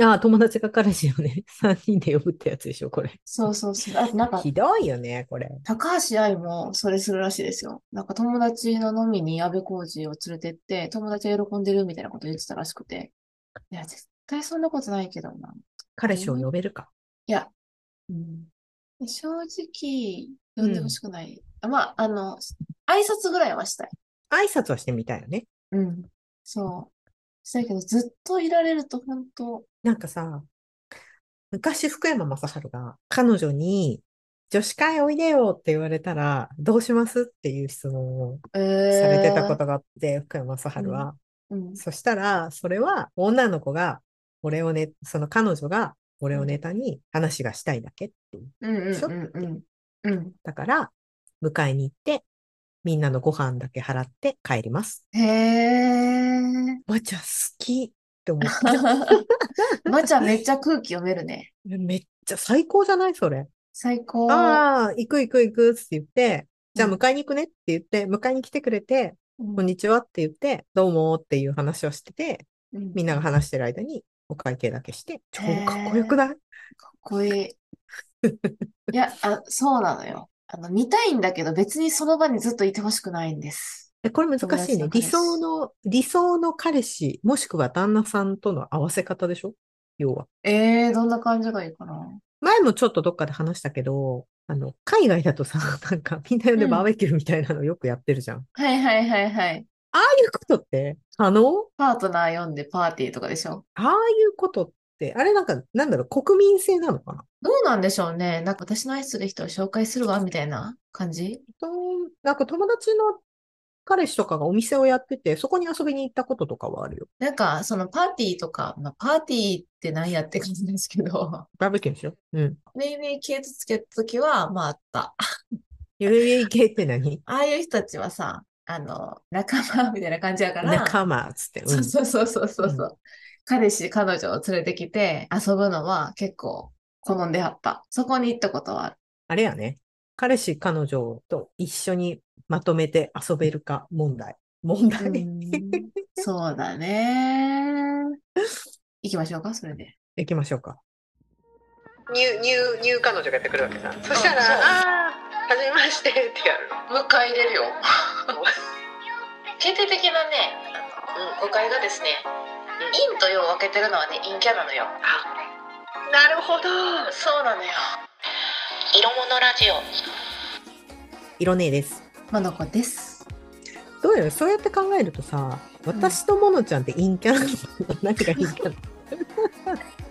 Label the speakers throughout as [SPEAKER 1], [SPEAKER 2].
[SPEAKER 1] ああ、友達が彼氏をね、3人 で呼ぶってやつでしょ、これ。
[SPEAKER 2] そうそうそう。あとなんか、
[SPEAKER 1] ひどいよね、これ。
[SPEAKER 2] 高橋愛もそれするらしいですよ。なんか友達の飲みに安倍浩二を連れてって、友達が喜んでるみたいなこと言ってたらしくて。いや、絶対そんなことないけどな。
[SPEAKER 1] 彼氏を呼べるか。
[SPEAKER 2] いや、
[SPEAKER 1] うん。
[SPEAKER 2] 正直、呼んでほしくない。あまあ、あの、挨拶ぐらいはしたい。
[SPEAKER 1] 挨拶はしてみたいよね。
[SPEAKER 2] うん。そう。したいけど、ずっといられると本当、
[SPEAKER 1] なんかさ、昔福山雅治が彼女に女子会おいでよって言われたらどうしますっていう質問を
[SPEAKER 2] え
[SPEAKER 1] されてた
[SPEAKER 2] ー
[SPEAKER 1] ことがあって、福山雅治は。
[SPEAKER 2] うん。
[SPEAKER 1] そしたら、それは女の子が俺をね、その彼女が俺をネタに話がしたいだけっていう。
[SPEAKER 2] うんうん
[SPEAKER 1] しょ
[SPEAKER 2] うんうん。うん。
[SPEAKER 1] だから、迎えに行って、みんなのご飯だけ払って帰ります。
[SPEAKER 2] へえ。
[SPEAKER 1] まちゃん好きって思っ
[SPEAKER 2] まちゃんめっちゃ空気読めるね。
[SPEAKER 1] た。めっちゃ最高じゃないそれ。
[SPEAKER 2] 最高。
[SPEAKER 1] ああ、行く行く行くって言って、じゃあ
[SPEAKER 2] うん
[SPEAKER 1] 迎えに行くねって言って、迎えに来てくれて、
[SPEAKER 2] うん
[SPEAKER 1] こんにちはって言って、どうもっていう話をしてて、
[SPEAKER 2] うん
[SPEAKER 1] みんなが話してる間にお会計だけして、超かっこよくない
[SPEAKER 2] かっこいい。いや、あ、そうなのよ。あの、見たいんだけど、別にその場にずっといてほしくないんです。
[SPEAKER 1] えこれ難しいね。
[SPEAKER 2] 友達の彼
[SPEAKER 1] 理
[SPEAKER 2] 氏
[SPEAKER 1] 想の、理想の彼氏、もしくは旦那さんとの合わせ方でしょ要は。
[SPEAKER 2] えー、どんな感じがいいかな。
[SPEAKER 1] 前もちょっとどっかで話したけど、あの、海外だとさ、なんかみんな呼んで
[SPEAKER 2] うん
[SPEAKER 1] バーベキューみたいなのよくやってるじゃん。あ
[SPEAKER 2] はいはいはいはい。
[SPEAKER 1] あいうことって可能
[SPEAKER 2] パートナー読んでパーティーとかでしょ。
[SPEAKER 1] ああいうことって、あれなんか、なんだろう、国民性なのかな
[SPEAKER 2] どうなんでしょうね。なんか私の愛する人を紹介するわ、みたいな感じ
[SPEAKER 1] となんか友達の彼氏とかがお店をやってて、そこに遊びに行ったこととかはあるよ。
[SPEAKER 2] なんか、そのパーティーとか、まあ、パーティーって何やって感じですけど、
[SPEAKER 1] バーベキューでしょうん。
[SPEAKER 2] ねいねい系とつけたときは、まああった。
[SPEAKER 1] ゆるゆい系って何
[SPEAKER 2] ああいう人たちはさ、あの、仲間 みたいな感じやから、
[SPEAKER 1] 仲間っつって。う。
[SPEAKER 2] そうんそうそうそうそうそうう。彼氏、彼女を連れてきて遊ぶのは結構好んではった。そこに行ったことはある。
[SPEAKER 1] あれやね。彼氏、彼女と一緒にまとめて遊べるか問題。問題、
[SPEAKER 2] そうだね。行きましょうか、それで。
[SPEAKER 1] 行きましょうか。入、入、入彼女がやってくるわけさ。そしたら、
[SPEAKER 2] うんそう
[SPEAKER 1] ああ、はじめましてってやるの。
[SPEAKER 2] 迎え入れる よ。決定的なね、あの誤解がですね、陰と陽を分けてるのはね、陰キャなのよ。
[SPEAKER 1] なるほど。
[SPEAKER 2] そうなのよ。色物ラジオ。
[SPEAKER 1] 色ねえです。
[SPEAKER 2] まのこです。
[SPEAKER 1] どうやらそうやって考えるとさ、私とモノちゃんって陰キャなの かな何が陰キャなの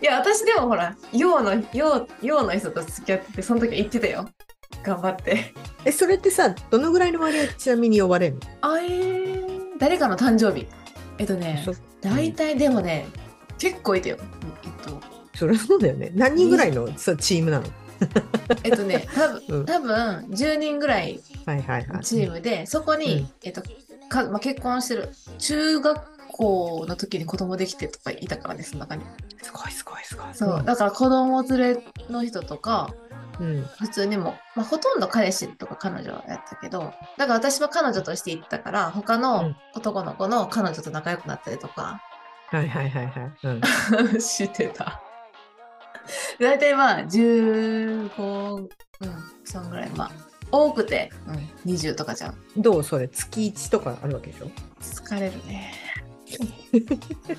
[SPEAKER 2] いや、私でもほら、陽の、陽、陽の人と付き合ってて、その時言ってたよ。頑張って。
[SPEAKER 1] え、それってさ、どのぐらいの割合でちなみに呼ばれるの
[SPEAKER 2] あえー誰かの誕生日えっとね
[SPEAKER 1] そ
[SPEAKER 2] 大体でもね結構いたよえっと
[SPEAKER 1] それそうだよね。何人ぐらいの、そうチームなの
[SPEAKER 2] えっと ね多分
[SPEAKER 1] うん。
[SPEAKER 2] 多分10人ぐらい
[SPEAKER 1] はいはいはい。
[SPEAKER 2] チームでそこに、
[SPEAKER 1] うん
[SPEAKER 2] えっとかまあ、結婚してる中学校の時に子供できてとかいたからねその中に
[SPEAKER 1] すごいすごいすごい。
[SPEAKER 2] そうだから子供連れの人とか
[SPEAKER 1] うん。
[SPEAKER 2] 普通にも、まあ、ほとんど彼氏とか彼女やったけどだから私は彼女として行ったから他
[SPEAKER 1] う
[SPEAKER 2] の
[SPEAKER 1] ん
[SPEAKER 2] 男の子の彼女と仲良くなったりとか、
[SPEAKER 1] はいはいはいはい。うん。
[SPEAKER 2] してた。大体まあ15、うん、そんぐらいまあ多くて、うん、20とかじゃん。
[SPEAKER 1] どうそれ、月1とかあるわけでしょ
[SPEAKER 2] 疲れるね。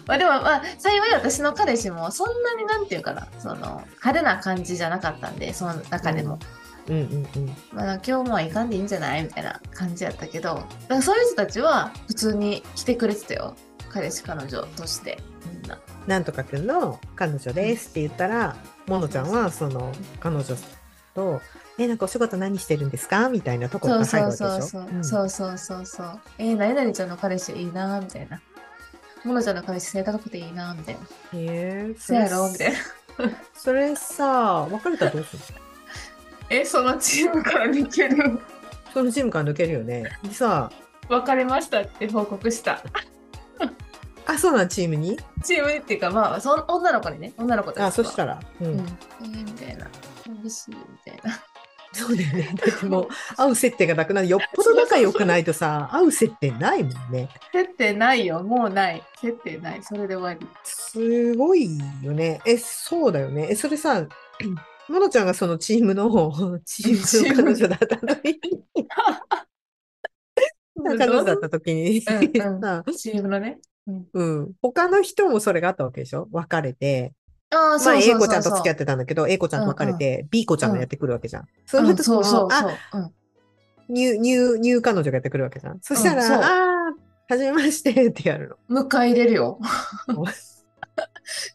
[SPEAKER 2] まあでもまあ幸い私の彼氏もそんなになんていうかなその派手な感じじゃなかったんでその中でも、
[SPEAKER 1] うんうんうん。
[SPEAKER 2] まあ、今日も行かんでいいんじゃないみたいな感じやったけどだからそういう人たちは普通に来てくれてたよ彼氏彼女としてみんな。
[SPEAKER 1] なんとかくんの彼女ですって言ったら、モノちゃんはその彼女と、え、なんかお仕事何してるんですかみたいなところ
[SPEAKER 2] そ
[SPEAKER 1] から入
[SPEAKER 2] う
[SPEAKER 1] る
[SPEAKER 2] そう
[SPEAKER 1] わけで
[SPEAKER 2] そう
[SPEAKER 1] し
[SPEAKER 2] そ
[SPEAKER 1] ょ
[SPEAKER 2] う、
[SPEAKER 1] ん
[SPEAKER 2] そうそうそうそうえー、何々ちゃんの彼氏いいなみたいなモノちゃんの彼氏背高くていいなみたいな
[SPEAKER 1] へえ、
[SPEAKER 2] そうやろみたいな
[SPEAKER 1] それさ、別れたらどうするの
[SPEAKER 2] えそのチームから抜ける
[SPEAKER 1] そのチームから抜けるよね。でさ、
[SPEAKER 2] 別れましたって報告した
[SPEAKER 1] あ、そうなん、チームに
[SPEAKER 2] チームにっていうかまあその女の子にね女の子たち
[SPEAKER 1] あ、そした
[SPEAKER 2] ら
[SPEAKER 1] ら。う。
[SPEAKER 2] うんんえーみたいな寂しいみたいな
[SPEAKER 1] そうだよね。だってもう、会う接点がなくなる。よっぽど仲良くないとさ、会う接点ないもんね。
[SPEAKER 2] 接点ないよ。もうない。接点ない。それで終わり。
[SPEAKER 1] すごいよね。え、そうだよね。え、それさ、 モノちゃんがそのチームの、 チームの彼女だった 時に、彼女だった時に
[SPEAKER 2] うんうん
[SPEAKER 1] さ、
[SPEAKER 2] チームのね。うん、
[SPEAKER 1] うん、他の人もそれがあったわけでしょ別れて。
[SPEAKER 2] ああ、
[SPEAKER 1] ま
[SPEAKER 2] そ
[SPEAKER 1] あ、
[SPEAKER 2] う
[SPEAKER 1] A
[SPEAKER 2] そう
[SPEAKER 1] 子
[SPEAKER 2] そう
[SPEAKER 1] ちゃんと
[SPEAKER 2] そう。
[SPEAKER 1] 付き合ってたんだけど、A 子ちゃんと別れて、B 子ちゃんがやってくるわけじゃん。その
[SPEAKER 2] うん
[SPEAKER 1] 時
[SPEAKER 2] そ
[SPEAKER 1] も、
[SPEAKER 2] うそう
[SPEAKER 1] あ
[SPEAKER 2] そう。うん
[SPEAKER 1] ニュー、ニュー、ニュー彼女がやってくるわけじゃん。そしたら、
[SPEAKER 2] うんそう
[SPEAKER 1] ああ、はじめましてってや る
[SPEAKER 2] 迎え入れるよ。
[SPEAKER 1] の。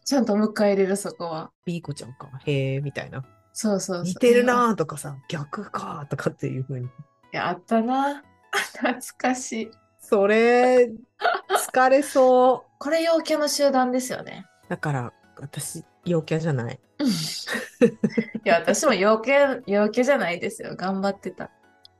[SPEAKER 2] ちゃんと迎え入れる、そこは。
[SPEAKER 1] B 子ちゃんか。へえ、みたいな。
[SPEAKER 2] そうそうそう。
[SPEAKER 1] 似てるなーとかさ、逆かーとかっていう風に。
[SPEAKER 2] いや、あったな。懐かしい。
[SPEAKER 1] それ、疲れそ
[SPEAKER 2] これ陽キャの集団ですよね。
[SPEAKER 1] う。だから、私、陽キャじゃない。
[SPEAKER 2] いや、私も陽キャ、陽キャじゃないですよ。頑張ってた。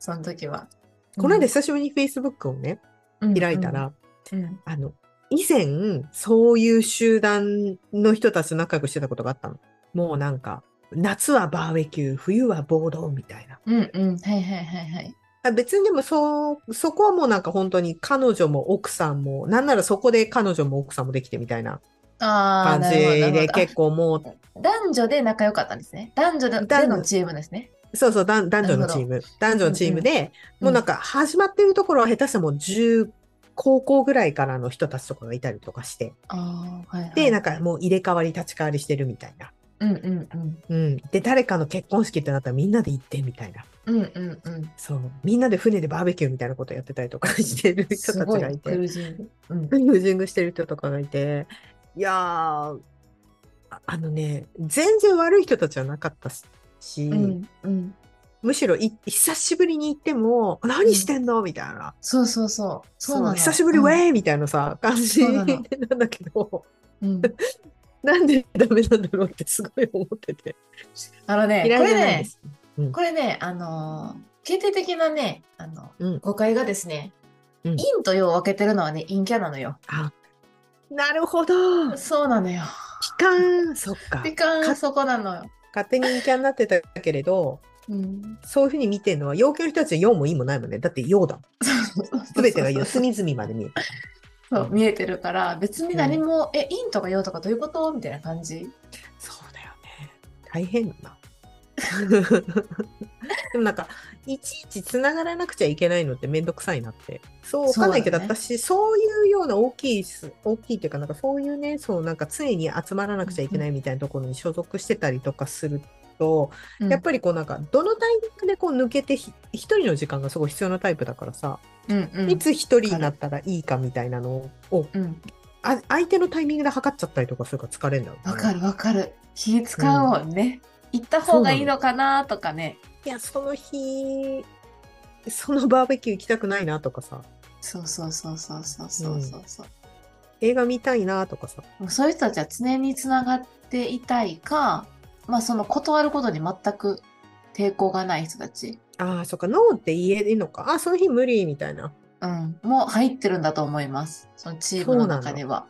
[SPEAKER 2] その時は。
[SPEAKER 1] この間久しぶりに Facebook をね、
[SPEAKER 2] うん
[SPEAKER 1] 開いたら、、
[SPEAKER 2] うんうん
[SPEAKER 1] あの、以前、そういう集団の人たちと仲良くしてたことがあったの。もうなんか、夏はバーベキュー、冬は暴動みたいな。
[SPEAKER 2] うん、うんうん。はいはいはいはい。
[SPEAKER 1] あ別にでもそう、そこはもうなんか本当に彼女も奥さんも、なんならそこで彼女も奥さんもできてみたいな
[SPEAKER 2] ああ、
[SPEAKER 1] 感じ
[SPEAKER 2] なるほどなるほ
[SPEAKER 1] で
[SPEAKER 2] ど。
[SPEAKER 1] 結構もう、
[SPEAKER 2] あ男女で仲良かったんですね。男女で
[SPEAKER 1] 男
[SPEAKER 2] で
[SPEAKER 1] 女
[SPEAKER 2] のチームですね。
[SPEAKER 1] そうそう、だん男女のチーム。男女のチームで、
[SPEAKER 2] うん
[SPEAKER 1] もうなんか始まってるところは下手してもう10、高校ぐらいからの人たちとかがいたりとかして、
[SPEAKER 2] ああ、はい、はい。
[SPEAKER 1] で、なんかもう入れ替わり立ち替わりしてるみたいな。
[SPEAKER 2] うんうんうん。
[SPEAKER 1] うん。で、誰かの結婚式ってなったらみんなで行ってみたいな。
[SPEAKER 2] うんうんうん。
[SPEAKER 1] そう。みんなで船でバーベキューみたいなことやってたりとかしてる人
[SPEAKER 2] す
[SPEAKER 1] たち
[SPEAKER 2] ごい
[SPEAKER 1] がい
[SPEAKER 2] ね、ク
[SPEAKER 1] て、
[SPEAKER 2] ルージング。うん
[SPEAKER 1] ク。ルージングしてる人とかがいて、いやー、ああのね、全然悪い人たちはなかったし、
[SPEAKER 2] うんうん。
[SPEAKER 1] むしろい久しぶりに行っても、何してんのみたいな。
[SPEAKER 2] そうそうそう。そ
[SPEAKER 1] そ
[SPEAKER 2] うな
[SPEAKER 1] う
[SPEAKER 2] の。
[SPEAKER 1] 久しぶり、ウ
[SPEAKER 2] うん
[SPEAKER 1] ェーみたいなさ、感じ
[SPEAKER 2] そう
[SPEAKER 1] な
[SPEAKER 2] なの
[SPEAKER 1] んだけど、
[SPEAKER 2] うん
[SPEAKER 1] なんでダメなんだろうってすごい思ってて。
[SPEAKER 2] あのね、
[SPEAKER 1] 嫌
[SPEAKER 2] こ
[SPEAKER 1] いじ
[SPEAKER 2] れ
[SPEAKER 1] ゃない
[SPEAKER 2] ね
[SPEAKER 1] で、す。
[SPEAKER 2] これね、あのー、決定的なね、あの、
[SPEAKER 1] うん
[SPEAKER 2] 誤解がですね、
[SPEAKER 1] うん
[SPEAKER 2] 陰と陽を分けてるのはね、陰キャなのよ。
[SPEAKER 1] あ、なるほど。悲
[SPEAKER 2] そうなのよ。
[SPEAKER 1] 観、そっか。
[SPEAKER 2] ピカ
[SPEAKER 1] か
[SPEAKER 2] ン、そこなのよ。
[SPEAKER 1] 勝手に陰キャになってたけれど、
[SPEAKER 2] うん。
[SPEAKER 1] そういうふうに見てるのは、陽キャの人たちは陽も陰もないもんね。だって陽だもん。すべてが陽、
[SPEAKER 2] そう
[SPEAKER 1] 隅々まで見える。
[SPEAKER 2] そう見えてるから、別に何も、え、陰とか陽とかどういうことみたいな感じ。
[SPEAKER 1] そうだよね。大変だ な。でもなんか、いちいち繋がらなくちゃいけないのってめんどくさいなって。そう、わかんないけど、
[SPEAKER 2] そうだね
[SPEAKER 1] 私、そういうような大きいす、大きいというか、なんかそういうね、そう、なんか常に集まらなくちゃいけないみたいなところに所属してたりとかすると、やっぱりこうなんか、どのタイミングでこう抜けてひ、一人の時間がすごい必要なタイプだからさ、
[SPEAKER 2] り、うんうん
[SPEAKER 1] いつ一人になったらいいかみたいなのを、
[SPEAKER 2] うん。
[SPEAKER 1] あ相手のタイミングで測っちゃったりとかするから疲れるんだろうね
[SPEAKER 2] わかるわかる。気使うもんね。行った方がいいのかなとかね。
[SPEAKER 1] いや、その日、そのバーベキュー行きたくないなとかさ、
[SPEAKER 2] そうそうそうそうそうそうそうそう。
[SPEAKER 1] 映画見たいなとかさ、
[SPEAKER 2] もうそういう人たちは常につながっていたいか、まあその断ることに全く抵抗がない人たち。
[SPEAKER 1] ああ、そっか、ノーって言えるのか、あーその日無理みたいな。
[SPEAKER 2] うん。もう入ってるんだと思います。そのチームの中では。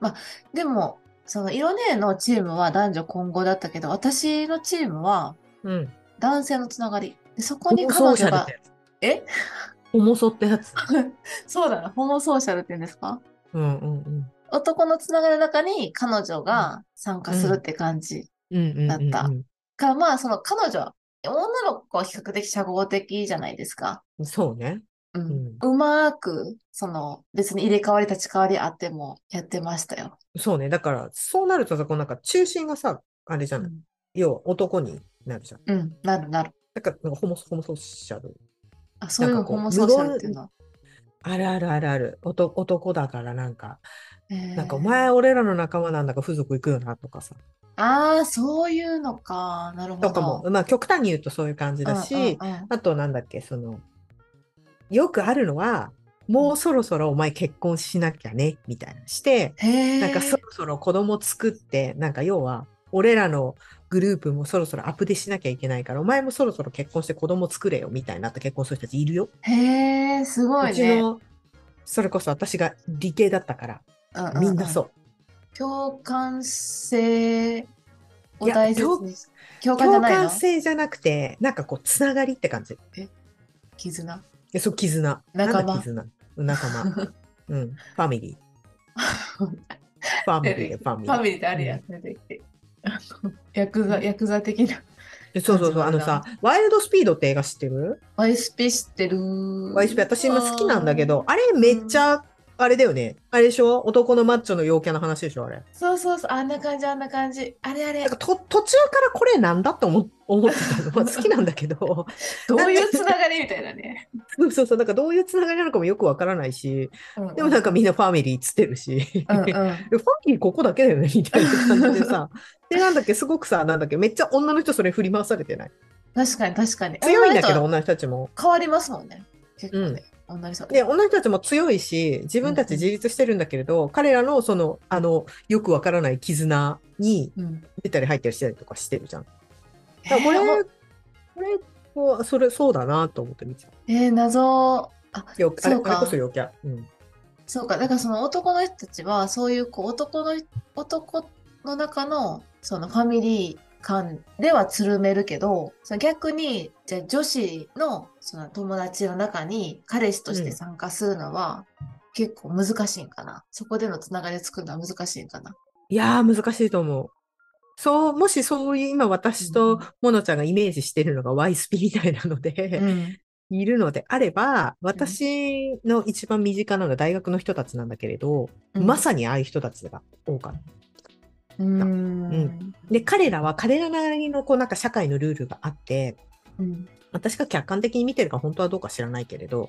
[SPEAKER 2] まあ、でも、その、色姉のチームは男女混合だったけど、私のチームは
[SPEAKER 1] うん。
[SPEAKER 2] 男性のつながり。でそこ
[SPEAKER 1] ホ
[SPEAKER 2] に
[SPEAKER 1] モ
[SPEAKER 2] 彼
[SPEAKER 1] ソーシャ
[SPEAKER 2] 女
[SPEAKER 1] ルっ
[SPEAKER 2] が
[SPEAKER 1] て、やつ。
[SPEAKER 2] え
[SPEAKER 1] ホモソってやつ。
[SPEAKER 2] そうだな、ホモソーシャルって言うんですか
[SPEAKER 1] うんうんうん。
[SPEAKER 2] 男のつながりの中に彼女が参加するって感じ。
[SPEAKER 1] うんうんうん、うん。
[SPEAKER 2] だからまあその彼女は女の子は比較的社交的じゃないですか。
[SPEAKER 1] そうね。
[SPEAKER 2] う、
[SPEAKER 1] うん
[SPEAKER 2] うまーくその別に入れ替わり立ち替わりあってもやってましたよ。
[SPEAKER 1] そうね。だから、そうなるとさ、こうなんか中心がさ、あれじゃ
[SPEAKER 2] う
[SPEAKER 1] ない。
[SPEAKER 2] ん、
[SPEAKER 1] 要は男になるじゃん。
[SPEAKER 2] うんなるなる。
[SPEAKER 1] だから、なんかホモホモソーシャル。
[SPEAKER 2] あそういう
[SPEAKER 1] な
[SPEAKER 2] の
[SPEAKER 1] んかこ
[SPEAKER 2] ホ
[SPEAKER 1] う
[SPEAKER 2] モソーシャルっていうのは。
[SPEAKER 1] あるあるあるある。おと男だからなんか、なんかお
[SPEAKER 2] え
[SPEAKER 1] 前
[SPEAKER 2] ー
[SPEAKER 1] 俺らの仲間なんだから風俗行くよなとかさ。
[SPEAKER 2] ああ、そういうのか。なるほど。
[SPEAKER 1] とかも、まあ極端に言うとそういう感じだし、
[SPEAKER 2] うんうんうん
[SPEAKER 1] あとなんだっけ、その、よくあるのは、もうそろそろお前結婚しなきゃね、みたいなして、
[SPEAKER 2] へえ。
[SPEAKER 1] なんかそろそろ子供作って、なんか要は、俺らのグループもそろそろアップデートしなきゃいけないから、お前もそろそろ結婚して子供作れよ、みたいになって結婚する人たちいるよ。
[SPEAKER 2] へえ、すご
[SPEAKER 1] う
[SPEAKER 2] い
[SPEAKER 1] ち
[SPEAKER 2] ね。
[SPEAKER 1] の、それこそ私が理系だったから、
[SPEAKER 2] ううう
[SPEAKER 1] みんなそう。
[SPEAKER 2] 共感性を大切にし共感じゃない
[SPEAKER 1] 共
[SPEAKER 2] の
[SPEAKER 1] 感性じゃなくて、なんかこう、つながりって感じ。
[SPEAKER 2] 絆。
[SPEAKER 1] え、そう、絆。
[SPEAKER 2] 仲
[SPEAKER 1] な
[SPEAKER 2] 間
[SPEAKER 1] んだ絆。仲 間。うん。ファミリー。ファミリーでファミ
[SPEAKER 2] フ
[SPEAKER 1] リー
[SPEAKER 2] ァ。ミリーってあるやん、出てきて。あのヤクザ、ヤクザ的な。
[SPEAKER 1] えそうそうそう。あ
[SPEAKER 2] 感
[SPEAKER 1] の
[SPEAKER 2] じなんだ
[SPEAKER 1] さ、ワイルドスピードって映画知ってる
[SPEAKER 2] ワイスピ知ってる。
[SPEAKER 1] ワイスピ、私今好きなんだけ。ど、あれめっちゃ、あれだよね。あれでしょ男のマッチョの陽キャの話でしょあれ。
[SPEAKER 2] そうそうそう、あんな感じ、あんな感じ。あれあれ
[SPEAKER 1] なんか。と途中からこれなんだと思思ってたの。まあ好きなんだけど。
[SPEAKER 2] どういうつながりみたいなね。
[SPEAKER 1] そうそうそう。なんかどういうつながりなのかもよくわからないし、でもなんかみんなファミリーっつってるし。
[SPEAKER 2] うんうん、
[SPEAKER 1] でファミリーここだけだよねみたいな感じで さ。で、なんだっけ、すごくさ、なんだっけ、めっちゃ女の人それ振り回されてない。
[SPEAKER 2] 確かに確かに。
[SPEAKER 1] 強いんだけど、
[SPEAKER 2] あの人
[SPEAKER 1] 女の人たちも。
[SPEAKER 2] 変わりますもんね。結構ね。女の人
[SPEAKER 1] で、女の人たちも強いし、自分たち自立してるんだけれど、彼らのその、あの、よくわからない絆に
[SPEAKER 2] うん。
[SPEAKER 1] 出たり入ったりしたりとかしてるじゃん。だ
[SPEAKER 2] え
[SPEAKER 1] からこれ、
[SPEAKER 2] ーも
[SPEAKER 1] これこう、それ、そうだなと思って見てた。
[SPEAKER 2] えー謎。あ、
[SPEAKER 1] よあれ
[SPEAKER 2] そうか
[SPEAKER 1] あれこそ陽キャ。うん。
[SPEAKER 2] そうか。だからその男の人たちは、そういうこう男の、男の中の、そのファミリー間ではつるめるけど、その逆に、じゃあ女子のその友達の中に彼氏として参加するのは、結構難しいんかな。そこでのつながりを作るのは難しいんかな。
[SPEAKER 1] いやー、難しいと思う。そう、もしそういう、今私
[SPEAKER 2] う
[SPEAKER 1] と
[SPEAKER 2] ん
[SPEAKER 1] モノちゃんがイメージしてるのが YSP みたいなの
[SPEAKER 2] う
[SPEAKER 1] で、
[SPEAKER 2] ん。
[SPEAKER 1] いるのであれば、私の一番身近なのが大学の人たちなんだけれど、まさにああいう人たちが多かった。
[SPEAKER 2] に。うん。
[SPEAKER 1] で、彼らは彼らなりのこうなんか社会のルールがあって、
[SPEAKER 2] うん。
[SPEAKER 1] 私が客観的に見てるか本当はどうか知らないけれど、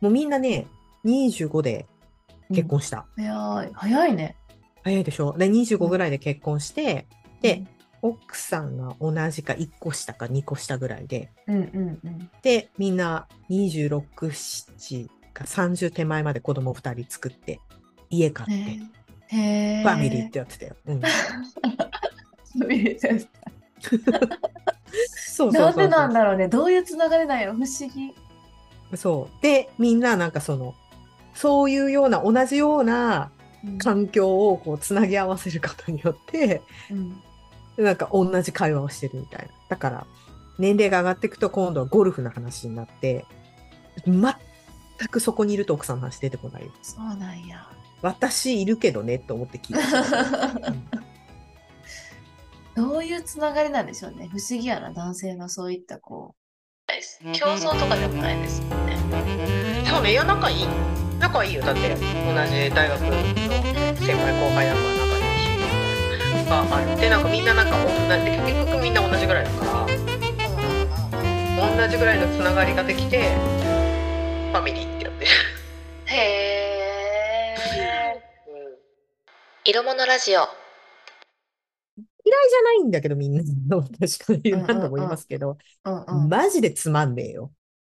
[SPEAKER 1] もうみんなね、25で結婚した。
[SPEAKER 2] 早い。早いね。
[SPEAKER 1] 早いでしょで、25ぐらいで結婚して、で
[SPEAKER 2] うん、
[SPEAKER 1] 奥さんが同じか1個下か2個下ぐらいで、
[SPEAKER 2] うんうんうん。
[SPEAKER 1] で、みんな26、7か30手前まで子供2人作って、家買って、
[SPEAKER 2] ねへえ。
[SPEAKER 1] ファミリーってやってたよ。 うん、
[SPEAKER 2] ファミリーって。
[SPEAKER 1] そうそうそ
[SPEAKER 2] な
[SPEAKER 1] うんそう
[SPEAKER 2] でなんだろうね。どういうつながりなんやろ不思議。
[SPEAKER 1] そう。で、みんななんかその、そういうような、同じような環境をこう、つなぎ合わせることによって、
[SPEAKER 2] うん
[SPEAKER 1] なんか同じ会話をしてるみたいな。だから、年齢が上がっていくと今度はゴルフの話になって、全くそこにいると奥さんの話出てこないよ。
[SPEAKER 2] そうなんや。
[SPEAKER 1] 私いるけどねと思って聞いて
[SPEAKER 2] どういうつながりなんでしょうね。不思議やな、男性のそういったこう。競争とかでもないですもんね。
[SPEAKER 1] た。そうね、いや、仲いい。仲いいよ。だって、同じ大学の先輩後輩だから仲いいし。があって、なんかみんななんか同じ、結局みんな同じぐらいだから。同じぐらいのつながりができてファミリーってやってる、
[SPEAKER 2] へえ。色物ラジオ。
[SPEAKER 1] 嫌いじゃないんだけどみんなの私から言う
[SPEAKER 2] うんうんうん
[SPEAKER 1] 何度も言いますけど、
[SPEAKER 2] うんうん。
[SPEAKER 1] マジでつまんねえよ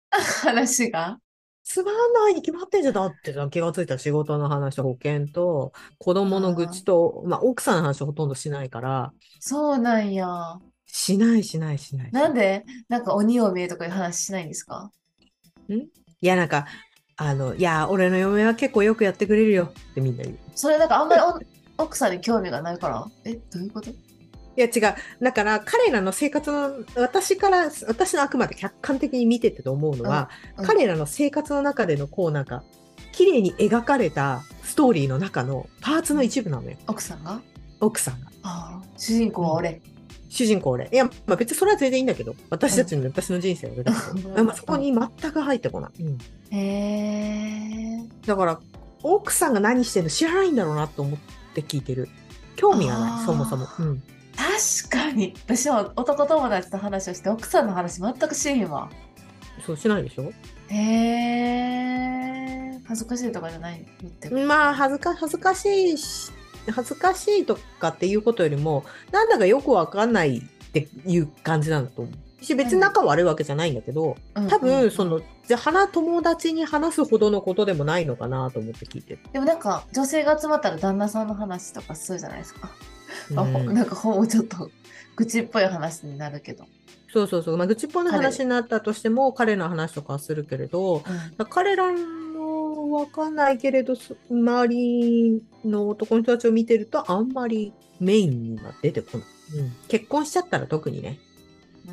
[SPEAKER 2] 話が。
[SPEAKER 1] つまんないに決まってんじゃんだってさ気がついたら仕事の話と保険と子供の愚痴とまあ奥さんの話ほとんどしないから
[SPEAKER 2] そうなんや。
[SPEAKER 1] しないしないしない
[SPEAKER 2] なんで、なんか鬼嫁とかいう話しないんですか
[SPEAKER 1] いやなんかあのいや俺の嫁は結構よくやってくれるよってみんな言う
[SPEAKER 2] それなんかあんまりお奥さんに興味がないから。え、どういうこと
[SPEAKER 1] いや違う。だから彼らの生活の、私から、私のあくまで客観的に見ててと思うのは、
[SPEAKER 2] うんうん
[SPEAKER 1] 彼らの生活の中でのこうなんか、綺麗に描かれたストーリーの中のパーツの一部なのよ。
[SPEAKER 2] 奥さんが
[SPEAKER 1] 奥さんが。
[SPEAKER 2] ああ、主人公は俺。
[SPEAKER 1] 主人公俺。いや、まあ別にそれは全然いいんだけど、私たちの、私の人生は俺だけど、
[SPEAKER 2] うん
[SPEAKER 1] まあそこに全く入ってこない。うん
[SPEAKER 2] へえ。
[SPEAKER 1] だから、奥さんが何してるの知らないんだろうなと思って聞いてる。興味が
[SPEAKER 2] あ
[SPEAKER 1] ない、
[SPEAKER 2] ー
[SPEAKER 1] そもそも。うん。
[SPEAKER 2] 確かに。私は男友達と話をして、奥さんの話全くしへんわ。
[SPEAKER 1] そうしないでしょ
[SPEAKER 2] へえ。恥ずかしいとかじゃないのって。
[SPEAKER 1] まあ恥ずか恥ずかしいし恥ずかしいとかっていうことよりもなんだかよくわかんないっていう感じなんだと思うし別に仲悪いわけじゃないんだけど、
[SPEAKER 2] うん
[SPEAKER 1] 多
[SPEAKER 2] う
[SPEAKER 1] 分
[SPEAKER 2] ん
[SPEAKER 1] そのじゃあ話友達に話すほどのことでもないのかなと思って聞いてる、
[SPEAKER 2] でもなんか、女性が集まったら旦那さんの話とかするじゃないですか。
[SPEAKER 1] う
[SPEAKER 2] あほ
[SPEAKER 1] ん
[SPEAKER 2] なんかほぼちょっと、愚痴っぽい話になるけど。
[SPEAKER 1] そうそうそう、まあ、愚痴っぽい話になったとしても彼の話とかはするけれど
[SPEAKER 2] うん
[SPEAKER 1] 彼らのわかんないけれど、そ周りの男の人たちを見てると、あんまりメインには出てこない。うん、結婚しちゃったら特にね。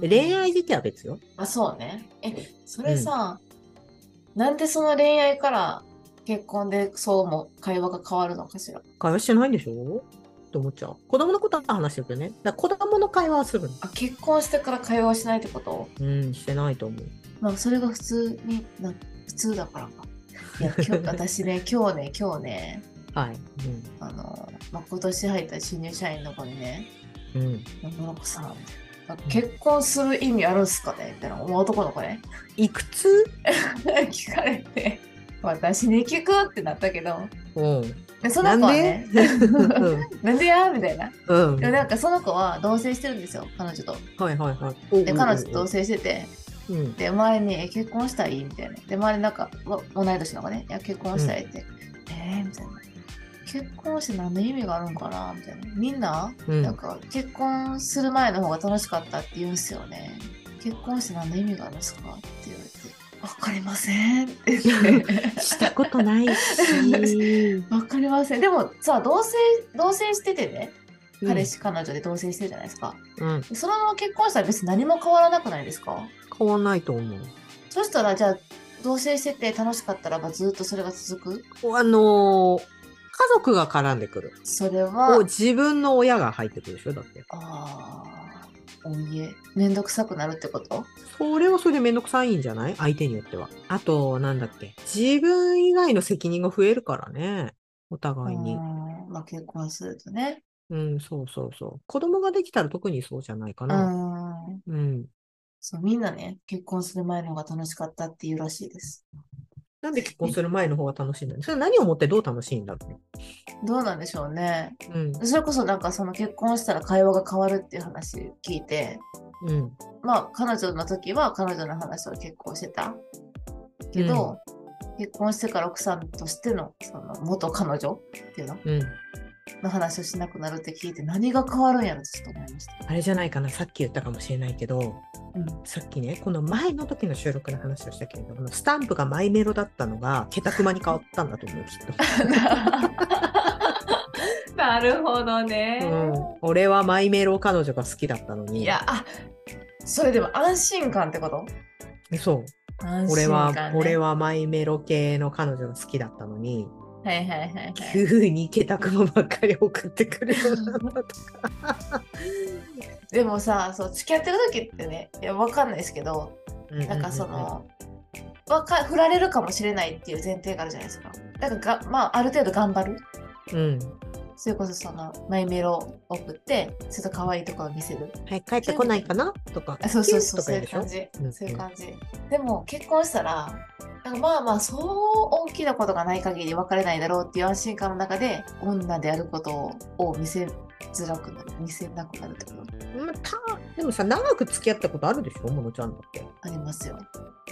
[SPEAKER 1] で恋愛自体は別よ。
[SPEAKER 2] あ、そうね。え、それさ、なんでその恋愛から結婚でそうも会話が変わるのかしら。
[SPEAKER 1] 会話してないんでしょって思っちゃう。子供のことは話してるけどね。だから子供の会話はするの。
[SPEAKER 2] あ、結婚してから会話しないってこと
[SPEAKER 1] うん、してないと思う。
[SPEAKER 2] まあ、それが普通にな、普通だからか。い や、今日、私ね、今日ね、今日ね、
[SPEAKER 1] はい。
[SPEAKER 2] あの、まあ、今年入った新入社員の子にね、
[SPEAKER 1] うん。うん。
[SPEAKER 2] の子さん、なんか結婚する意味あるんすかねみたいな、もう男の子ね、
[SPEAKER 1] いくつ
[SPEAKER 2] 聞かれて、私に聞くってなったけど、
[SPEAKER 1] うん。
[SPEAKER 2] でそ
[SPEAKER 1] な
[SPEAKER 2] の
[SPEAKER 1] ん
[SPEAKER 2] 子は
[SPEAKER 1] で
[SPEAKER 2] ね、
[SPEAKER 1] うん
[SPEAKER 2] なんでやみたいな。
[SPEAKER 1] うん。
[SPEAKER 2] でもなんかその子は同棲してるんですよ、彼女と。
[SPEAKER 1] はいはいはい。
[SPEAKER 2] で、彼女と同棲してて、
[SPEAKER 1] うん。
[SPEAKER 2] で、周りにえ結婚したいみたいな。で、周りなんかわ同い年の子ね、いや、結婚したいって。えー、みたいな。結婚して何の意味があるんかなみたいな。みんな、
[SPEAKER 1] うん
[SPEAKER 2] なんか結婚する前の方が楽しかったって言うんすよね。結婚して何の意味があるんですかって言われて。わかり ませんって言って
[SPEAKER 1] したことないし。
[SPEAKER 2] わかりません。でもさ、同棲、同棲しててね、 彼氏、彼女で同棲してるじゃないですか。
[SPEAKER 1] うん。
[SPEAKER 2] そのまま結婚したら別に何も変わらなくないですか
[SPEAKER 1] 変わんないと思う。
[SPEAKER 2] そしたらじゃあ同棲してて楽しかったらばずっとそれが続く
[SPEAKER 1] あのー家族が絡んでくる。
[SPEAKER 2] それ
[SPEAKER 1] お
[SPEAKER 2] は
[SPEAKER 1] 自分の親が入ってくるでしょだって。
[SPEAKER 2] ああお家めんどくさくなるってこと
[SPEAKER 1] それはそれでめんどくさいんじゃない相手によっては。あと、なんだっけ。自分以外の責任が増えるからね。お互いに。
[SPEAKER 2] うんまあ結婚するとね
[SPEAKER 1] うん、そうそうそう。子供ができたら特にそうじゃないか
[SPEAKER 2] う
[SPEAKER 1] な。
[SPEAKER 2] ん
[SPEAKER 1] うん。
[SPEAKER 2] そうみんなね結婚する前の方が楽しかったっていうらしいです
[SPEAKER 1] なんで結婚する前の方が楽しいんだろうそれ何をもってどう楽しいんだろうね。
[SPEAKER 2] どうなんでしょうね
[SPEAKER 1] うん。
[SPEAKER 2] それこそなんかその結婚したら会話が変わるっていう話聞いて
[SPEAKER 1] うん。
[SPEAKER 2] まあ彼女の時は彼女の話を結構してたけど、結婚してから奥さんとしてのその元彼女っていうの
[SPEAKER 1] うん。
[SPEAKER 2] の話をしなくなるって聞いて何が変わるんやろってちょっと思いました。
[SPEAKER 1] あれじゃないかな。さっき言ったかもしれないけど、
[SPEAKER 2] うん、
[SPEAKER 1] さっきね、この前の時の収録の話をしたけれども、スタンプがマイメロだったのが、ケタクマに変わったんだと思う、きっと。
[SPEAKER 2] なるほど ね
[SPEAKER 1] うん、俺はマイメロ彼女が好きだったのに
[SPEAKER 2] いやあそれでも安心感ってこと
[SPEAKER 1] そう
[SPEAKER 2] 安
[SPEAKER 1] 俺は、俺
[SPEAKER 2] は。
[SPEAKER 1] はマイメロ系の彼女が好きだったのに
[SPEAKER 2] はいはいはい、はい。
[SPEAKER 1] 急にケタクマばっかり送ってくるようになったとか
[SPEAKER 2] でもさそう付き合ってる時ってねいやわかんないですけど なんかその、わか振られるかもしれないっていう前提があるじゃないですか。だからがまあある程度頑張る。
[SPEAKER 1] うん
[SPEAKER 2] それこそそのマイメロを送ってちょっと可愛いところを見せる。
[SPEAKER 1] 早く帰ってこないかなとか
[SPEAKER 2] あそうそうそう
[SPEAKER 1] キ
[SPEAKER 2] そ
[SPEAKER 1] ュンとか言
[SPEAKER 2] ういう感
[SPEAKER 1] うでし
[SPEAKER 2] じ
[SPEAKER 1] うんうん
[SPEAKER 2] そういう感じ。でも結婚したらなんかまあまあそう大きなことがない限り別れないだろうっていう安心感の中で女であることを見せづらくなる見せなくなるってこと
[SPEAKER 1] ょ、まあたでもさ長く付き合ったことあるでしょものちゃんだって
[SPEAKER 2] ありますよ。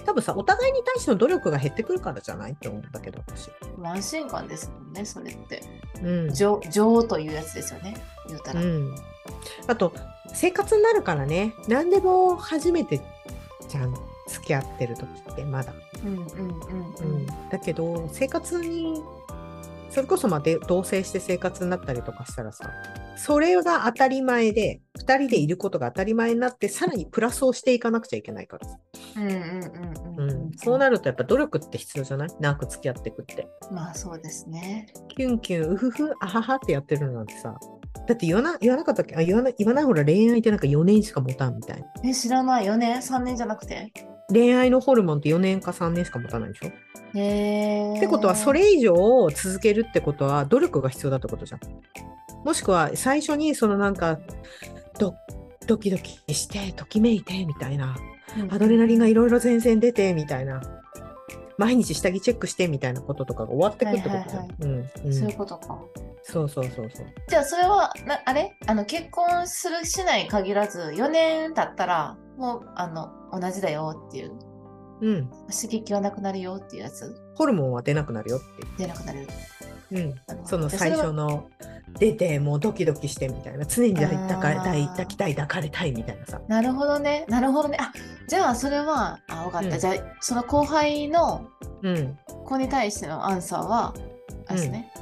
[SPEAKER 1] 多分さお互いに対しての努力が減ってくるからじゃないって思うんだけど私
[SPEAKER 2] まあ安心感ですもんねそれって。
[SPEAKER 1] うん
[SPEAKER 2] 情情というやつですよね言うたら。
[SPEAKER 1] うん、あと生活になるからね何でも初めてじゃん付き合ってる時ってまだ、
[SPEAKER 2] うんうんうんうん。
[SPEAKER 1] だけど生活にそれこそまあで同棲して生活になったりとかしたらさそれが当たり前で2人でいることが当たり前になってさらにプラスをしていかなくちゃいけないからさ、
[SPEAKER 2] うんうんうん
[SPEAKER 1] う
[SPEAKER 2] うん
[SPEAKER 1] ん、そうなるとやっぱ努力って必要じゃない長く付き合ってくって
[SPEAKER 2] まあそうですね。
[SPEAKER 1] キュンキュンうふふあははってやってるのなんてさだって言わな言わなかったっけあ言わな言わないほら恋愛ってなんか4年しか持たんみたいな。
[SPEAKER 2] え知らないよね3年じゃなくて。
[SPEAKER 1] 恋愛のホルモンって4年か3年しか持たないでしょ、
[SPEAKER 2] へえ。
[SPEAKER 1] ってことはそれ以上続けるってことは努力が必要だってことじゃん。もしくは最初にそのなんかドドキドキしてときめいてみたいな
[SPEAKER 2] うん
[SPEAKER 1] アドレナリンがいろいろ全然出てみたいな毎日下着チェックしてみたいなこととかが終わってくってことじゃん
[SPEAKER 2] はい
[SPEAKER 1] うんうん
[SPEAKER 2] そういうことか。
[SPEAKER 1] そうそうそうそう。
[SPEAKER 2] じゃあそれはなあれあの結婚するしない限らず4年経ったらもうあの同じだよっていう
[SPEAKER 1] うん
[SPEAKER 2] 刺激はなくなるよっていうやつ
[SPEAKER 1] ホルモンは出なくなるよっていう
[SPEAKER 2] 出なくなる。
[SPEAKER 1] うん、
[SPEAKER 2] あの
[SPEAKER 1] その
[SPEAKER 2] いや
[SPEAKER 1] 最
[SPEAKER 2] れは
[SPEAKER 1] 初の出てもうドキドキしてみたいな常に抱い抱か
[SPEAKER 2] あー
[SPEAKER 1] 抱い抱きたい抱かれたいみたいなさ
[SPEAKER 2] なるほどね。なるほどね。あ、じゃあそれは、あ、わかった。
[SPEAKER 1] うん
[SPEAKER 2] じゃあ、その後輩の
[SPEAKER 1] うん
[SPEAKER 2] 子に対してのアンサーは、あれですね。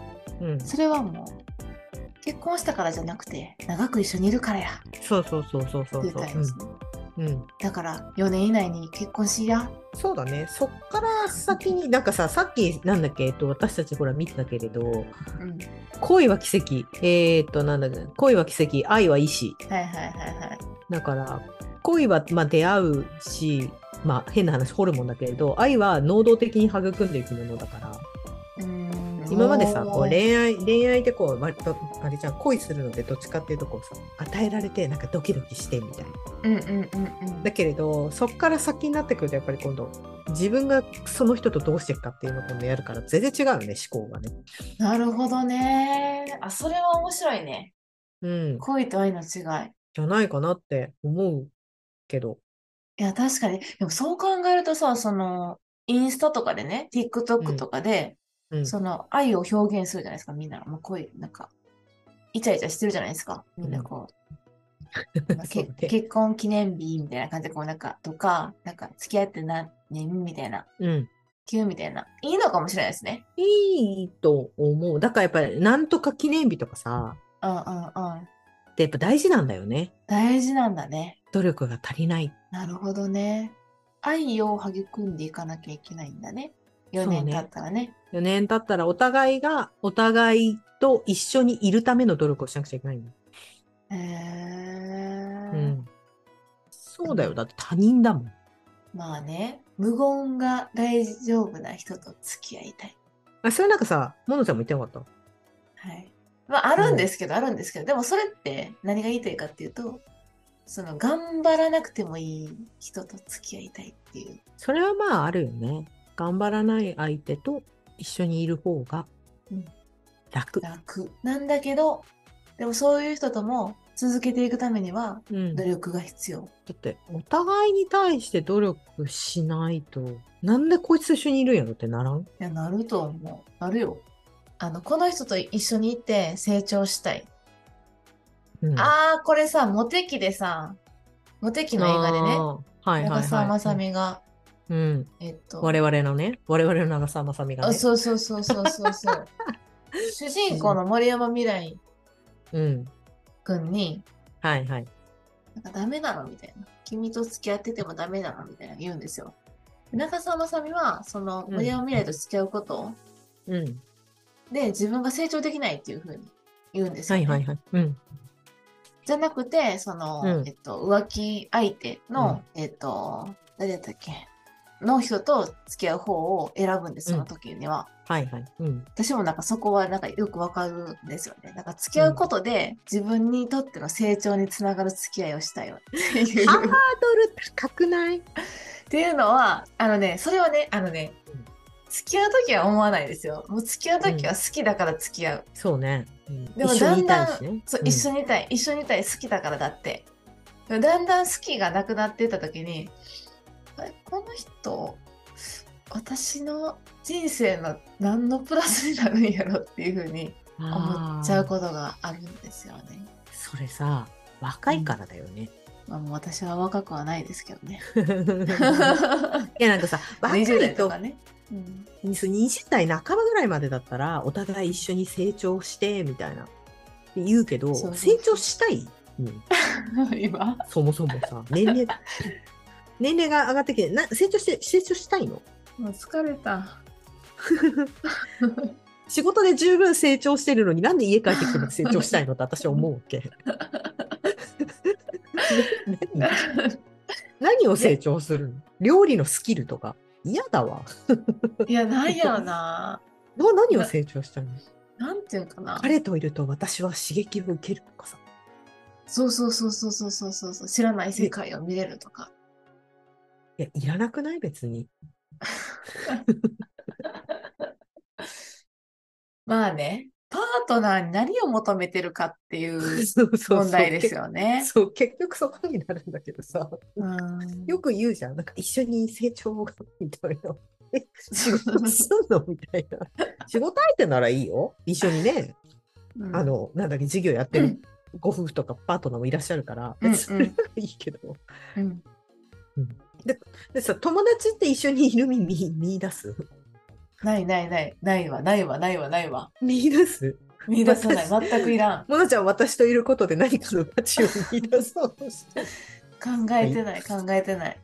[SPEAKER 1] うん
[SPEAKER 2] それはもう、結婚したからじゃなくて、長く一緒にいるからや。って
[SPEAKER 1] そうそうそうそうそう
[SPEAKER 2] 言っ
[SPEAKER 1] そう
[SPEAKER 2] たらいいんですね。
[SPEAKER 1] うん、うん、
[SPEAKER 2] だから、4年以内に結婚しや。
[SPEAKER 1] そうだねそっから先になんかささっきなんだっけ、えっと、私たちほら見てたけれど
[SPEAKER 2] うん。
[SPEAKER 1] 恋は奇跡えーっとなんだっけ恋は奇跡愛は意志
[SPEAKER 2] はいはいはいはい。
[SPEAKER 1] だから恋は、まあ、出会うしまあ変な話ホルモンだけれど愛は能動的に育んでいくものだから
[SPEAKER 2] うーん
[SPEAKER 1] 今までさこう。
[SPEAKER 2] おー
[SPEAKER 1] 恋愛恋愛でこう割とあれじゃん恋するのでどっちかっていうとこうさ与えられてなんかドキドキしてみたいな
[SPEAKER 2] うんうんうんうん。
[SPEAKER 1] だけれどそっから先になってくるとやっぱり今度自分がその人とどうしていくかっていうのを今度やるから全然違うよね思考がね。
[SPEAKER 2] なるほどね。あ、それは面白いね。
[SPEAKER 1] うん、
[SPEAKER 2] 恋と愛の違い。
[SPEAKER 1] じゃないかなって思うけど。
[SPEAKER 2] いや、確かに。でもそう考えるとさ、その、インスタとかでね、
[SPEAKER 1] うん
[SPEAKER 2] TikTok とかで、
[SPEAKER 1] うん、
[SPEAKER 2] その、愛を表現するじゃないですか、みんな。もう恋、なんか、イチャイチャしてるじゃないですか。みんなこう、なん
[SPEAKER 1] そ
[SPEAKER 2] か
[SPEAKER 1] う
[SPEAKER 2] け
[SPEAKER 1] ね
[SPEAKER 2] 結婚記念日みたいな感じで、こうなんか、とか、なんか、付き合って何年みたいな、
[SPEAKER 1] うん
[SPEAKER 2] 急みたいな。いいのかもしれないですね。
[SPEAKER 1] いいと思う。だからやっぱりなんとか記念日とかさ
[SPEAKER 2] うんうんうん。
[SPEAKER 1] ってやっぱ大事なんだよね。
[SPEAKER 2] 大事なんだね。
[SPEAKER 1] 努力が足りない。
[SPEAKER 2] なるほどね。愛を育んでいかなきゃいけないんだね。4
[SPEAKER 1] そうね
[SPEAKER 2] 年経ったらね。
[SPEAKER 1] 4年経ったらお互いがお互いと一緒にいるための努力をしなくちゃいけないんだ。
[SPEAKER 2] へ
[SPEAKER 1] う
[SPEAKER 2] え。
[SPEAKER 1] ん、そうだよ。だって他人だもん。
[SPEAKER 2] まあね、無言が大丈夫な人と付き合いたい。
[SPEAKER 1] あそれなんかさ、モノちゃんも言ってなかった
[SPEAKER 2] はい。まあ、あるんですけど、あるんですけど、でもそれって何が言いたいかっていうと、その、頑張らなくてもいい人と付き合いたいっていう。
[SPEAKER 1] それはまああるよね。頑張らない相手と一緒にいる方が
[SPEAKER 2] うん
[SPEAKER 1] 楽。
[SPEAKER 2] 楽なんだけど、でもそういう人とも続けていくためには
[SPEAKER 1] うん、
[SPEAKER 2] 努
[SPEAKER 1] だ
[SPEAKER 2] 力が必要。
[SPEAKER 1] ってお互いに対して努力しないと、なんでこいつと一緒にいるんやろってならん
[SPEAKER 2] いや、なると思う。なるよ。あの、この人と一緒にいて成長したい。
[SPEAKER 1] うん、
[SPEAKER 2] あー、これさ、モテ期でさ、モテ期の映画でね、
[SPEAKER 1] あーはいはいはい。
[SPEAKER 2] 長澤まさみが、
[SPEAKER 1] うん。うん
[SPEAKER 2] えっと、
[SPEAKER 1] 我々のね、我々の長澤まさみが
[SPEAKER 2] あ
[SPEAKER 1] ね。
[SPEAKER 2] そうそうそうそうそ うそう。主人公の森山未来
[SPEAKER 1] うん。
[SPEAKER 2] くんに、
[SPEAKER 1] はいはい。
[SPEAKER 2] なんかダメなのみたいな。君と付き合っててもダメなのみたいな言うんですよ。中澤まさみは、その
[SPEAKER 1] うん
[SPEAKER 2] 森山未来と付き合うこと
[SPEAKER 1] うん。
[SPEAKER 2] で自分が成長できないっていうふうに言うんです
[SPEAKER 1] は
[SPEAKER 2] よ、
[SPEAKER 1] いはいはい。うん。
[SPEAKER 2] じゃなくて、その、
[SPEAKER 1] うん
[SPEAKER 2] えっと、浮気相手の、えっと、誰だったっけの人と付き合う方を選ぶんです、その時には。
[SPEAKER 1] はいはい。うん。
[SPEAKER 2] 私もなんかそこはなんかよくわかるんですよね。なんか付き合うことで自分にとっての成長につながる付き合いをしたいよって いう。
[SPEAKER 1] ハード
[SPEAKER 2] っ
[SPEAKER 1] ル高くない
[SPEAKER 2] ていうのは、あのね、それはね、あのね
[SPEAKER 1] うん、
[SPEAKER 2] 付き合う時は思わないですよ。もう付き合う時は好きだから付き合う。
[SPEAKER 1] そうね。うん
[SPEAKER 2] でも
[SPEAKER 1] 一緒にいたい
[SPEAKER 2] だんだん
[SPEAKER 1] しね。
[SPEAKER 2] そう、
[SPEAKER 1] ん
[SPEAKER 2] 一緒にいたい、一緒にいたい、好きだからだって。でもだんだん好きがなくなっていった時に、あれこの人、私の人生の何のプラスになるんやろっていうふうに思っちゃうことがあるんですよね。
[SPEAKER 1] あーそれさ、若いからだよね。
[SPEAKER 2] まあ、もう私は若くはないですけどね。
[SPEAKER 1] い やなんかさ、若
[SPEAKER 2] 20
[SPEAKER 1] い
[SPEAKER 2] 代と
[SPEAKER 1] と
[SPEAKER 2] かね。 うん、
[SPEAKER 1] 20代半ばぐらいまでだったら、お互い一緒に成長してみたいなって言うけど、
[SPEAKER 2] そうそう
[SPEAKER 1] 成長したい、うん、
[SPEAKER 2] 今
[SPEAKER 1] そもそもさ、年 齢年齢が上がってきてな、成長して成長したいの
[SPEAKER 2] もう疲 れた。
[SPEAKER 1] 仕事で十分成長してるのになんで家帰ってきても成長したいのって私は思うわけ。 何何を成長するの料理のスキルとか。嫌だわ。
[SPEAKER 2] いや、ないやろな。
[SPEAKER 1] な何を成長したいの
[SPEAKER 2] なんていうんかな。
[SPEAKER 1] 彼といると私は刺激を受けるとかさ。
[SPEAKER 2] そうそうそうそうそうそうそうそう。知らない世界を見れるとか。
[SPEAKER 1] いや、いらなくない別に。
[SPEAKER 2] まあね、パートナーに何を求めてるかっていう
[SPEAKER 1] そうそう
[SPEAKER 2] 問題ですよね。
[SPEAKER 1] そう、結局そこになるんだけどさ。
[SPEAKER 2] うん
[SPEAKER 1] よく言うじゃん。なんか一緒に成長がみたいな。え、仕事すんのみたいな。仕事相手ならいいよ。一緒にね、
[SPEAKER 2] うん
[SPEAKER 1] あの、なんだっけ、事業やってるご夫婦とかパートナーもいらっしゃるから、
[SPEAKER 2] うん
[SPEAKER 1] 別にそれはいいけど。
[SPEAKER 2] うん
[SPEAKER 1] でさ、友達って一緒にいる意味見出す
[SPEAKER 2] ないないないないわないわないわないわ
[SPEAKER 1] 見出す
[SPEAKER 2] 見出さない全く いらん
[SPEAKER 1] モナちゃん、私といることで何かの価値を見出そうとしてる。
[SPEAKER 2] 考えてない考えてない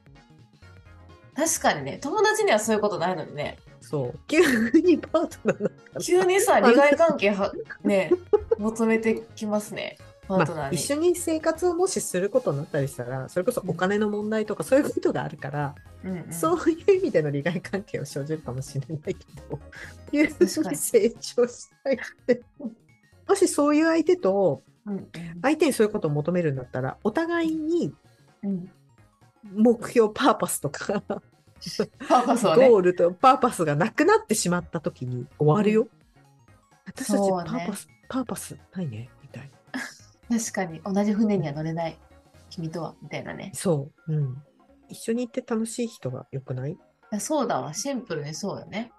[SPEAKER 2] 確かにね友達にはそういうことないのに ね
[SPEAKER 1] そう。急にパートナーなんかな
[SPEAKER 2] 急にさ
[SPEAKER 1] あ
[SPEAKER 2] 利害関係はね求めてきますねパート
[SPEAKER 1] ま
[SPEAKER 2] ナ
[SPEAKER 1] あ、
[SPEAKER 2] ーに、
[SPEAKER 1] 一緒に生活をもしすることになったりしたらそれこそお金の問題とかそういうことがあるから、
[SPEAKER 2] うんうん
[SPEAKER 1] そういう意味での利害関係を生じるかもしれないけど急
[SPEAKER 2] 確か
[SPEAKER 1] に
[SPEAKER 2] に
[SPEAKER 1] 成長したいってもしそういう相手と
[SPEAKER 2] うんうん
[SPEAKER 1] 相手にそういうことを求めるんだったらお互いに
[SPEAKER 2] うん
[SPEAKER 1] 目標パーパスとか、
[SPEAKER 2] パ ーパスはね
[SPEAKER 1] ゴールとパーパスがなくなってしまった時に終わるよ。私たち
[SPEAKER 2] そ
[SPEAKER 1] パ
[SPEAKER 2] う
[SPEAKER 1] ー
[SPEAKER 2] ね
[SPEAKER 1] パス、パーパスないねみたいな。
[SPEAKER 2] 確かに同じ船には乗れない君とはみたいなね
[SPEAKER 1] そう、うん。一緒に行って楽しい人が良くない
[SPEAKER 2] いやそうだわシンプルにそうよ ね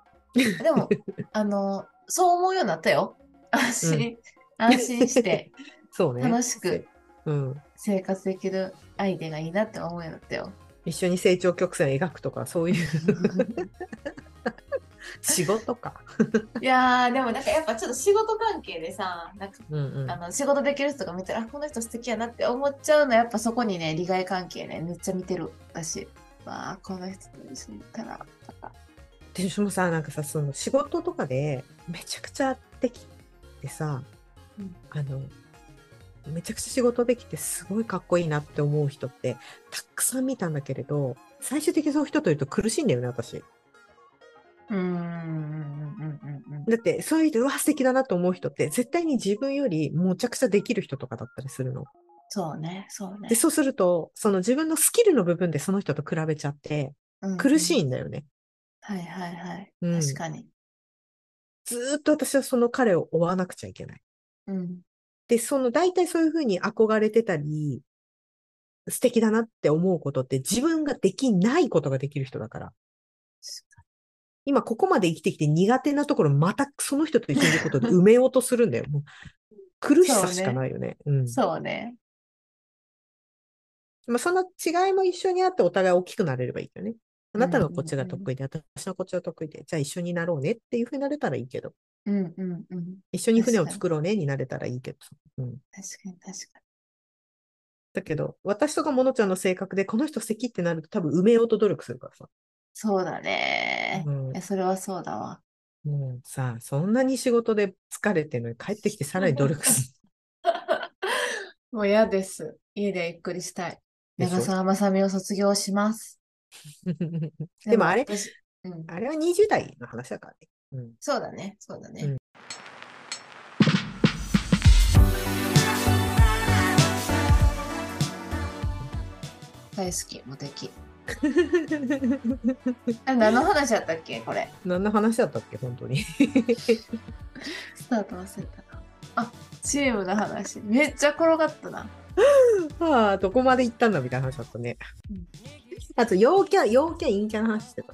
[SPEAKER 2] でもあのそう思うようになったよ安心、安心して
[SPEAKER 1] そうね。
[SPEAKER 2] 楽しく
[SPEAKER 1] うん、
[SPEAKER 2] 生活できる相手がいいなって思うようになった よ
[SPEAKER 1] 一緒に成長曲線描くとかそういう仕事か。
[SPEAKER 2] いやーでもなんかやっぱちょっと仕事関係でさなんか
[SPEAKER 1] うんうん、
[SPEAKER 2] あの仕事できる人が見たらあこの人素敵やなって思っちゃうのやっぱそこにね利害関係ねめっちゃ見てる私わあこの人と一緒にいたら
[SPEAKER 1] でしもさなんかさその仕事とかでめちゃくちゃできてさ、
[SPEAKER 2] うん
[SPEAKER 1] あのめちゃくちゃ仕事できてすごいかっこいいなって思う人ってたくさん見たんだけれど最終的にそういう人といると苦しいんだよね私。
[SPEAKER 2] うーんうんうんうんうん
[SPEAKER 1] だって、そういう人、うわ、素敵だなと思う人って、絶対に自分よりむちゃくちゃできる人とかだったりするの。
[SPEAKER 2] そうねそうね
[SPEAKER 1] で、そうすると、その自分のスキルの部分でその人と比べちゃって、苦し
[SPEAKER 2] い、
[SPEAKER 1] いんだよね。
[SPEAKER 2] はいはいはい、
[SPEAKER 1] うん
[SPEAKER 2] 確かに、
[SPEAKER 1] ずーっと私はその彼を追わなくちゃいけない。
[SPEAKER 2] うん、
[SPEAKER 1] で、その、大体そういうふうに憧れてたり、素敵だなって思うことって、自分ができないことができる人だから。今ここまで生きてきて苦手なところ、またその人と一緒にいることで埋めようとするんだよ。もう苦しさしかないよね。うん。
[SPEAKER 2] そうね
[SPEAKER 1] まあ、その違いも一緒にあってお互い大きくなれればいいよね。あなたのこっちが
[SPEAKER 2] うんうんうん
[SPEAKER 1] 得意で、私のこっちが得意で、じゃあ一緒になろうねっていうふうになれたらいいけど、
[SPEAKER 2] うんうんうん
[SPEAKER 1] 一緒に船を
[SPEAKER 2] 確かに
[SPEAKER 1] 作ろうねになれたらいいけど。うん、
[SPEAKER 2] 確かに確か
[SPEAKER 1] だけど、私とかモノちゃんの性格で、この人素敵ってなると多分埋めようと努力するからさ。
[SPEAKER 2] にそうだね、
[SPEAKER 1] うん
[SPEAKER 2] いやそれはそうだわ
[SPEAKER 1] もうさ、そんなに仕事で疲れてるのに帰ってきてさらに努力す
[SPEAKER 2] もう嫌です家でゆっくりしたい
[SPEAKER 1] でしょ
[SPEAKER 2] 長澤まさみを卒業します
[SPEAKER 1] る。でもあれ
[SPEAKER 2] 私うん、
[SPEAKER 1] あれは20代の話だからね。うん
[SPEAKER 2] そうだねそうだね、
[SPEAKER 1] うん
[SPEAKER 2] 大好き無敵あ何の話だったっけこれ
[SPEAKER 1] 何の話だったっけ、本当に。
[SPEAKER 2] スタート忘れたなあチームの話めっちゃ転がったな
[SPEAKER 1] ああ、どこまで行ったんだみたいな話だったね
[SPEAKER 2] うん。
[SPEAKER 1] あと、陽キャ、陽キャ、陰キャの話してた。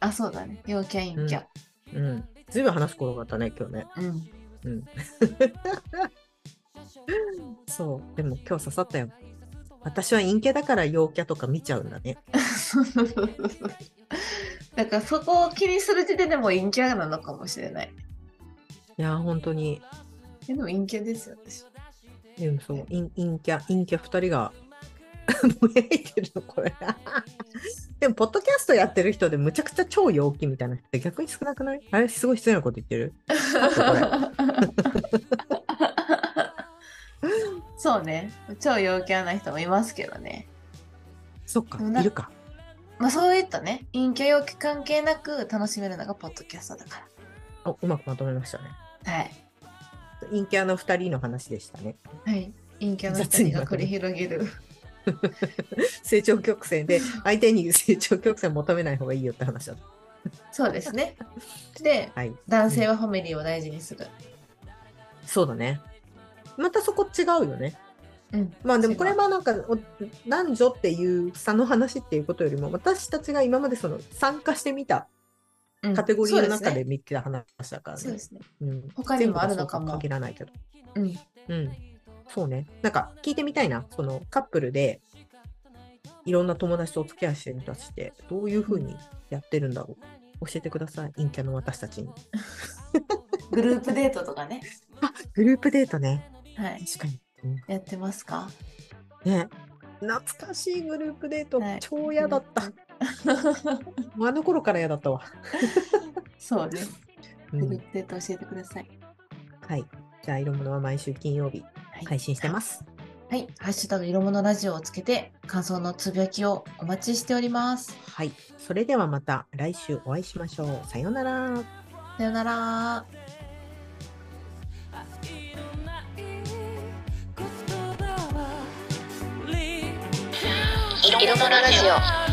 [SPEAKER 2] あそうだね陽キャ陰キャ
[SPEAKER 1] うん。ずいぶん話転がったね、今日ね。
[SPEAKER 2] うん、
[SPEAKER 1] そう。でも今日刺さったよ。私は陰キャだから陽キャとか見ちゃうんだね。
[SPEAKER 2] そうそうそうそうだからそこを気にする時点でもう陰キャなのかもしれない
[SPEAKER 1] いやー、本当に。
[SPEAKER 2] えでも陰キャですよ 私
[SPEAKER 1] でもそう、陰陰キャ、陰キャ二人が ぼやいてるの、これ。 でも、ポッドキャストやってる人でむちゃくちゃ超陽気みたいな人って逆に少なくないあれ、すごい失礼なこと言ってる。
[SPEAKER 2] そうね超陽キャな人もいますけどね
[SPEAKER 1] そっか、
[SPEAKER 2] でもない
[SPEAKER 1] るか。
[SPEAKER 2] まあそういったね陰キャ陽キャ関係なく楽しめるのがポッドキャストだか
[SPEAKER 1] おうまくまとめましたね。
[SPEAKER 2] らはい
[SPEAKER 1] 陰キャの二人の話でしたね。
[SPEAKER 2] はい陰キャの
[SPEAKER 1] 雑に
[SPEAKER 2] 人が繰り広げる
[SPEAKER 1] 成長曲線 で、相手に成長曲線求めない方がいいよって話だっ
[SPEAKER 2] そうですねで
[SPEAKER 1] た。はい。
[SPEAKER 2] 男性はファミリーを大事にする
[SPEAKER 1] そうだね。またそこ違うよね。
[SPEAKER 2] うん
[SPEAKER 1] まあでもこれはなんかお男女っていう差の話っていうことよりも私たちが今までその参加してみた
[SPEAKER 2] うん
[SPEAKER 1] カテゴリーの
[SPEAKER 2] そう
[SPEAKER 1] 中
[SPEAKER 2] です
[SPEAKER 1] で
[SPEAKER 2] ね
[SPEAKER 1] 見てた話だから
[SPEAKER 2] そ
[SPEAKER 1] ね
[SPEAKER 2] うで。すね。
[SPEAKER 1] うん
[SPEAKER 2] 他にもあるのか
[SPEAKER 1] 全
[SPEAKER 2] も
[SPEAKER 1] 部がそうは限らないけど。
[SPEAKER 2] うん。
[SPEAKER 1] うん。そうね。なんか聞いてみたいな。そのカップルでいろんな友達とお付き合いしてる人たちってどういうふうにやってるんだろう。教えてください。陰キャの私たちに。
[SPEAKER 2] グループデートとかね。
[SPEAKER 1] グループデートね。
[SPEAKER 2] はい。
[SPEAKER 1] 確かに。うん
[SPEAKER 2] やってますか
[SPEAKER 1] ね。懐かしいグループデート、
[SPEAKER 2] はい
[SPEAKER 1] 超嫌だった。もうあの頃から嫌だったわ。
[SPEAKER 2] そうね。
[SPEAKER 1] う
[SPEAKER 2] グル
[SPEAKER 1] ん
[SPEAKER 2] ープデート教えてください。
[SPEAKER 1] はい。じゃあ、色物は毎週金曜日
[SPEAKER 2] はい
[SPEAKER 1] 配信してます。
[SPEAKER 2] はい。ハッシュタグ色物ラジオをつけて、感想のつぶやきをお待ちしております。
[SPEAKER 1] はい。それではまた来週お会いしましょう。さようなら。
[SPEAKER 2] さよなら。
[SPEAKER 3] 愛のない言葉は色
[SPEAKER 4] 色物ラジオ